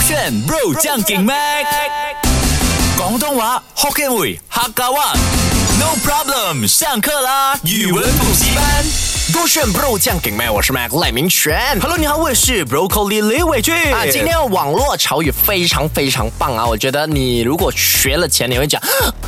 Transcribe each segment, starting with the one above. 选 Bro 将劲 Mac，广东话 Hokkien 语客家话。No problem，上课啦！语文补习班。勾选 Bro 酱给麦，我是 Mac 赖明全。 Hello，你好，我是 Broccoli 李伟俊。啊，今天的网络潮语非常非常棒啊！我觉得你如果学了前，你会讲，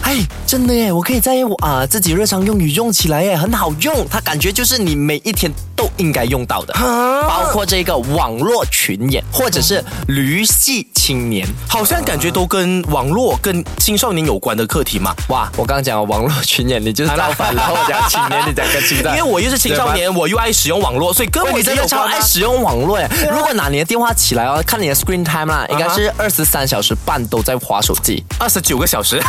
哎，真的耶，我可以在我啊、自己日常用语用起来耶，很好用。它感觉就是你每一天都应该用到的，包括这个网络群演，或者是驴戏青年。好像感觉都跟网络、跟青少年有关的课题嘛。哇，我刚刚讲了网络群演，你就是造 反，然后我讲青年，你讲跟青因年为。我又是青少年，我又爱使用网络，所以跟喂我你真的超啊爱使用网络耶！如果拿你的电话起来哦，看你的 screen time 啦，应该是二十三小时半都在划手机。二十九个小 时，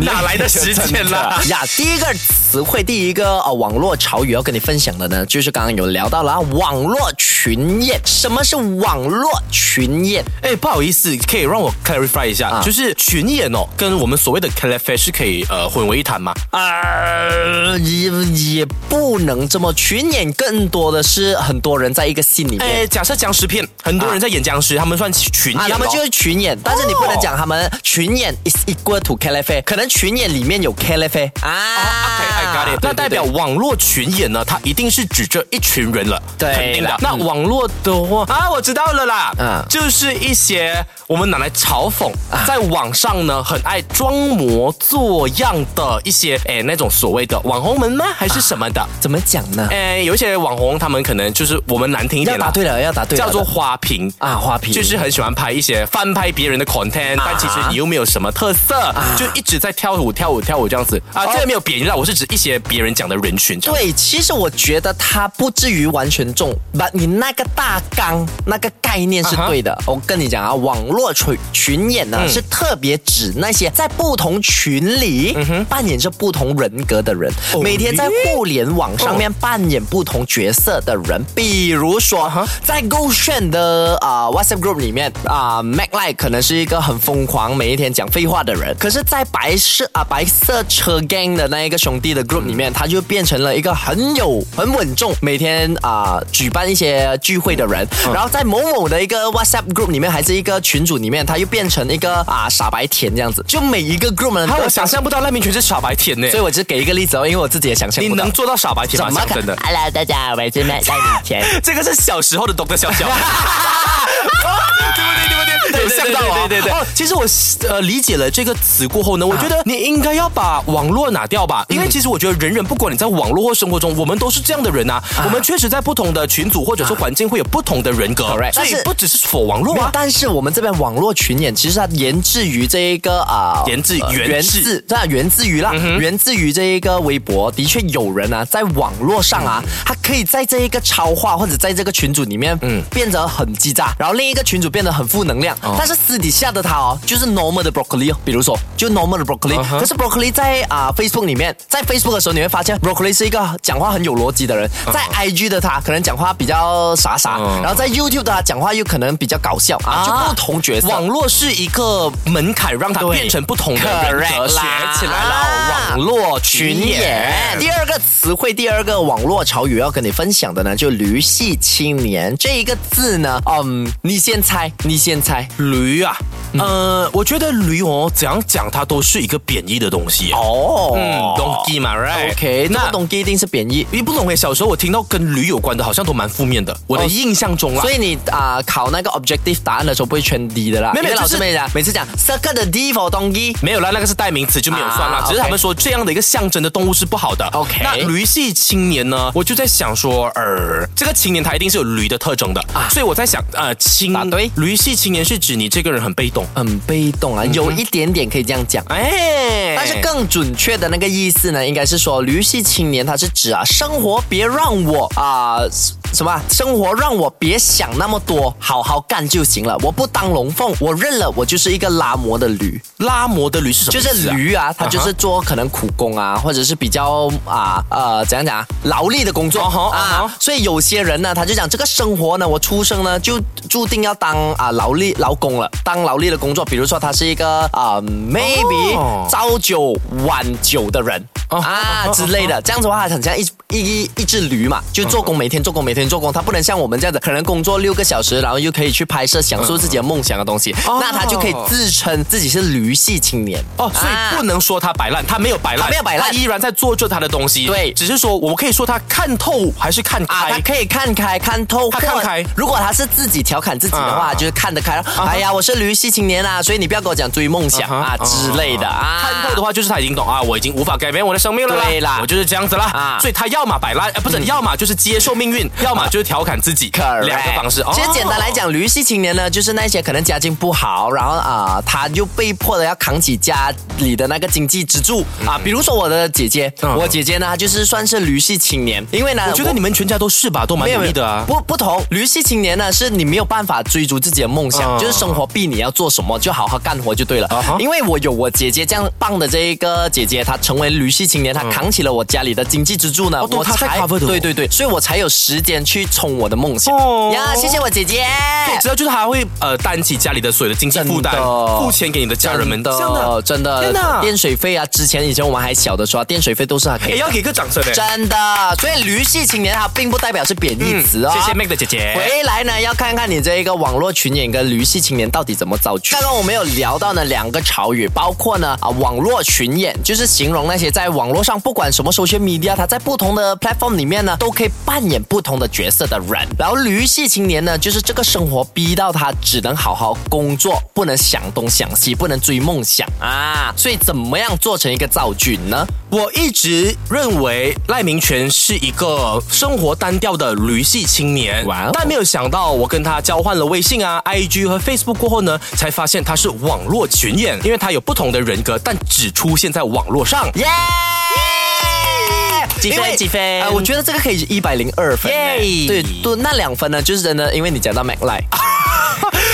哪来的时间啦？呀，第一个词汇，第一个呃网络潮语要跟你分享的呢，就是刚刚有聊到了啊网络群演。什么是网络群演？ 哎，不好意思，可以让我 clarify 一下，就是群演哦，跟我们所谓的 c l a f i 是可以呃混为一谈嘛？呃，也也不能这么群演，更多的是很多人在一个戏里面。哎，假设僵尸片，很多人在演僵尸，他们算群演、啊，哦，他们就是群演，但是你不能哦讲他们群演 is equal to k l f 可能群演里面有 k l f 啊。 o k 那代表网络群演呢，它一定是指着一群人了，对肯定的啦。那网络的话嗯啊，我知道了啦，嗯就是一些我们拿来嘲讽，在网上呢很爱装模作样的一些哎那种所谓的网红们吗？还是什么的？怎么讲呢？哎，有一些网红他们可能就是我们难听一要点啦答哎对了，要答对了叫的，做花瓶啊花瓶，就是很喜欢拍一些翻拍别人的 content，、但啊其实你又没有什么特色，就一直在跳舞跳舞跳舞这样子啊。哦这个没有贬义啦，我是指一些别人讲的人群这样。对，其实我觉得它不至于完全中，把你那个大纲、那个概念是啊哈对的。我跟你讲啊，网络群群演呢、是特别指那些在不同群里扮演着不同人格的人，每天在互联网上面扮演不同角色的人。比如啊说，在 Go 炫的啊、WhatsApp group 里面啊、m a c l i 可能是一个很疯狂、每一天讲废话的人，可是，在白色啊、白色车 gang 的那一个兄弟的 group 里面，他就变成了一个很有、很稳重，每天啊、举办一些聚会的人。嗯然后在某某的一个 WhatsApp group 里面，还是一个群组里面，他又变成一个啊、傻白甜这样子。就每一个 group 呢，还有都我想象不到赖明全是傻白甜呢、所以我只给一个例子哦，因为我自己也想象你不到能。做到傻白甜吗？怎么讲可真的， ？Hello，大家好，我是麦戴明前。这个是小时候的懂得小小。对不对？对不对？有想到啊！对对对对对对哦，其实我呃理解了这个词过后呢，我觉得你应该要把网络拿掉吧，因为其实我觉得人人不管你在网络或生活中，我们都是这样的人啊。我们确实在不同的群组或者是环境会有不同的人格， Correct 所以但是不只啊是否网络 没有啊，但是我们这边网络群演，其实它源自于这一个啊，源自呃源源自自对啊，源自于啦，嗯源自于这一个微博，的确有人啊，在网络上啊，他可以在这一个超话或者在这个群组里面，嗯，变得很鸡渣，然后另一个群组变得很负能量，哦但是私底下的他哦，就是 normal 的 broccoli，哦比如说就 normal 的 broccoli，、嗯哼可是 broccoli 在啊、Facebook 里面，在 Facebook 的时候你会发现 broccoli 是一个讲话很有逻辑的人，在 IG 的他可能讲话比较傻傻，嗯然后在 YouTube 的他讲话又可能比较搞笑啊，就不同角色。网络是一个门槛，让它变成不同的人格， Correct 学啦起来了。网络群演，第二个词汇，第二个网络潮语要跟你分享的呢，就“驴系青年”这一个字呢，嗯，你先猜，你先猜。驴啊，呃，我觉得驴哦，怎样讲它都是一个贬义的东西。哦，嗯，donkey 嘛，right？ OK，那哎那懂一定是贬义。你不懂诶，小时候我听到跟驴有关的，好像都蛮负面的。我的印象中啦所，以你啊、考那个 objective 答案的时候不会圈 D 的啦，没有没因为有老就是师每讲每次讲 circle 的 D for donkey，没有啦，那个是代名词就没有算啦。啊只是他 OK 们说这样的一个象征的动物是不好的。 OK 那驴系青年呢？我就在想说，呃，这个青年他一定是有驴的特征的，所以我在想，呃，青答对驴系青年是指你这个人很被动，很被动嗯啊，有一点点可以这样讲。哎，但是更准确的那个意思呢，应该是说“驴系青年”，它是指啊，生活别让我啊、什么啊生活让我别想那么多，好好干就行了。我不当龙凤，我认了，我就是一个拉磨的驴，拉磨的驴是什么就意思啊？是驴啊，它啊哈就是做可能苦工啊，或者是比较啊呃怎样讲啊，劳力的工作哦吼哦啊吼。所以有些人呢，他就讲这个生活呢，我出生呢就注定要当啊劳力劳工了，当劳力的工作。比如说他是一个啊 maybe 哦朝九晚九的人啊之类的，这样子的话很像一一一一只驴嘛，就做工每天做工每天做工，他不能像我们这样子，可能工作六个小时，然后又可以去拍摄，享受自己的梦想的东西，哦那他就可以自称自己是驴系青年。啊哦，所以不能说他摆烂，他没有摆烂，他没有摆烂他依然在做着他的东西。对只是说我们可以说他看透还是看啊，开他。可以看开看透，他看开或如果他是自己调侃自己的话，啊就是看得开。哎呀，我是驴系青年啊，所以你不要跟我讲追梦想啊啊哈之类的啊。看透的话，就是他已经懂啊，我已经无法改变我的生命了啦，对啦我就是这样子啦。啊嗯所以他要么摆烂，呃，不是，要么就是接受命运，要么就是调侃自己， Correct 两个方式。哦其实简单来，讲，驴系青年呢，就是那些可能家境不好，然后啊、他就被迫的要扛起家里的那个经济支柱啊。比如说我的姐姐，嗯我姐姐呢，她就是算是驴系青年，因为呢，我觉得你们全家都是吧，都蛮没有努力的啊。不不同，驴系青年呢，是你没有办法追逐自己的梦想，嗯就是生活逼你要做什么，就好好干活就对了。啊哈因为我有我姐姐这样棒的这一个姐姐，她成为驴系青年，她扛起了我家里的经济支柱呢，哦都我她在 cover 的哦对对对，所以我才有时间去冲我的梦想。哦呀，谢谢我姐姐。知道就是他会呃担起家里的所有的经济负担真的，付钱给你的家人们，真这样的，的，哦真天的，哪电水费啊！之前以前我们还小的时候啊，电水费都是她也给的，要给个掌声哎。真的。所以驴系青年，它并不代表是贬义词嗯哦。谢谢 Mac 的姐姐。回来呢，要看看你这一个网络群演跟驴系青年到底怎么造句。刚刚我们有聊到呢两个潮语，包括呢啊网络群演，就是形容那些在网络上不管什么 social media，他在不同的 platform 里面呢都可以扮演不同的角色的人。然后驴系青年呢，就是这个生活逼到他只能好好工作，不能想东想西，不能追梦想啊。所以怎么样做成一个造句呢？我一直认为赖明权是一个生活单调的驴系青年哇哦但没有想到我跟他交换了微信啊、IG 和 Facebook 过后呢，才发现他是网络群演，因为他有不同的人格，但只出现在网络上。耶！几分因为几分呃我觉得这个可以一百零二分欸。耶对对，那两分呢，就是真的，因为你讲到 Mac Lie，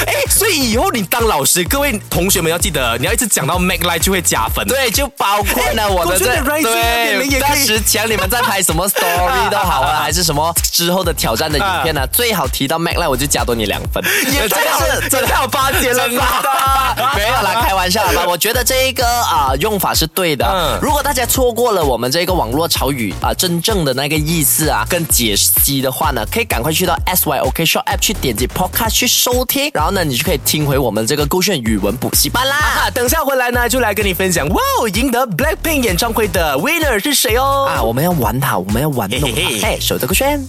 哎，所以以后你当老师，各位同学们要记得，你要一直讲到 Make Life 就会加分。对，就包括呢哎我的我觉这得 Rising 2.0也可以啊但是讲你们在拍 什么 story 都好啊，还是什么之后的挑战的影片呢，最好提到 Mac Lie，我就加多你两分。啊也这太好个了，是这真个的太有巴结了真的吧？没有啦，开玩笑啦。我觉得这一个啊、用法是对的。嗯如果大家错过了我们这个网络潮语啊、真正的那个意思啊跟解析的话呢，可以赶快去到 S Y O K Show App 去点击 Podcast 去收听，然后呢，你就可以听回我们这个勾选语文补习班啦。啊，等下回来呢，就来跟你分享，哇哦，赢得 Blackpink 演唱会的 winner 是谁哦？啊，我们要玩它，我们要玩弄嘿嘿它。嘿哎，手这个圈。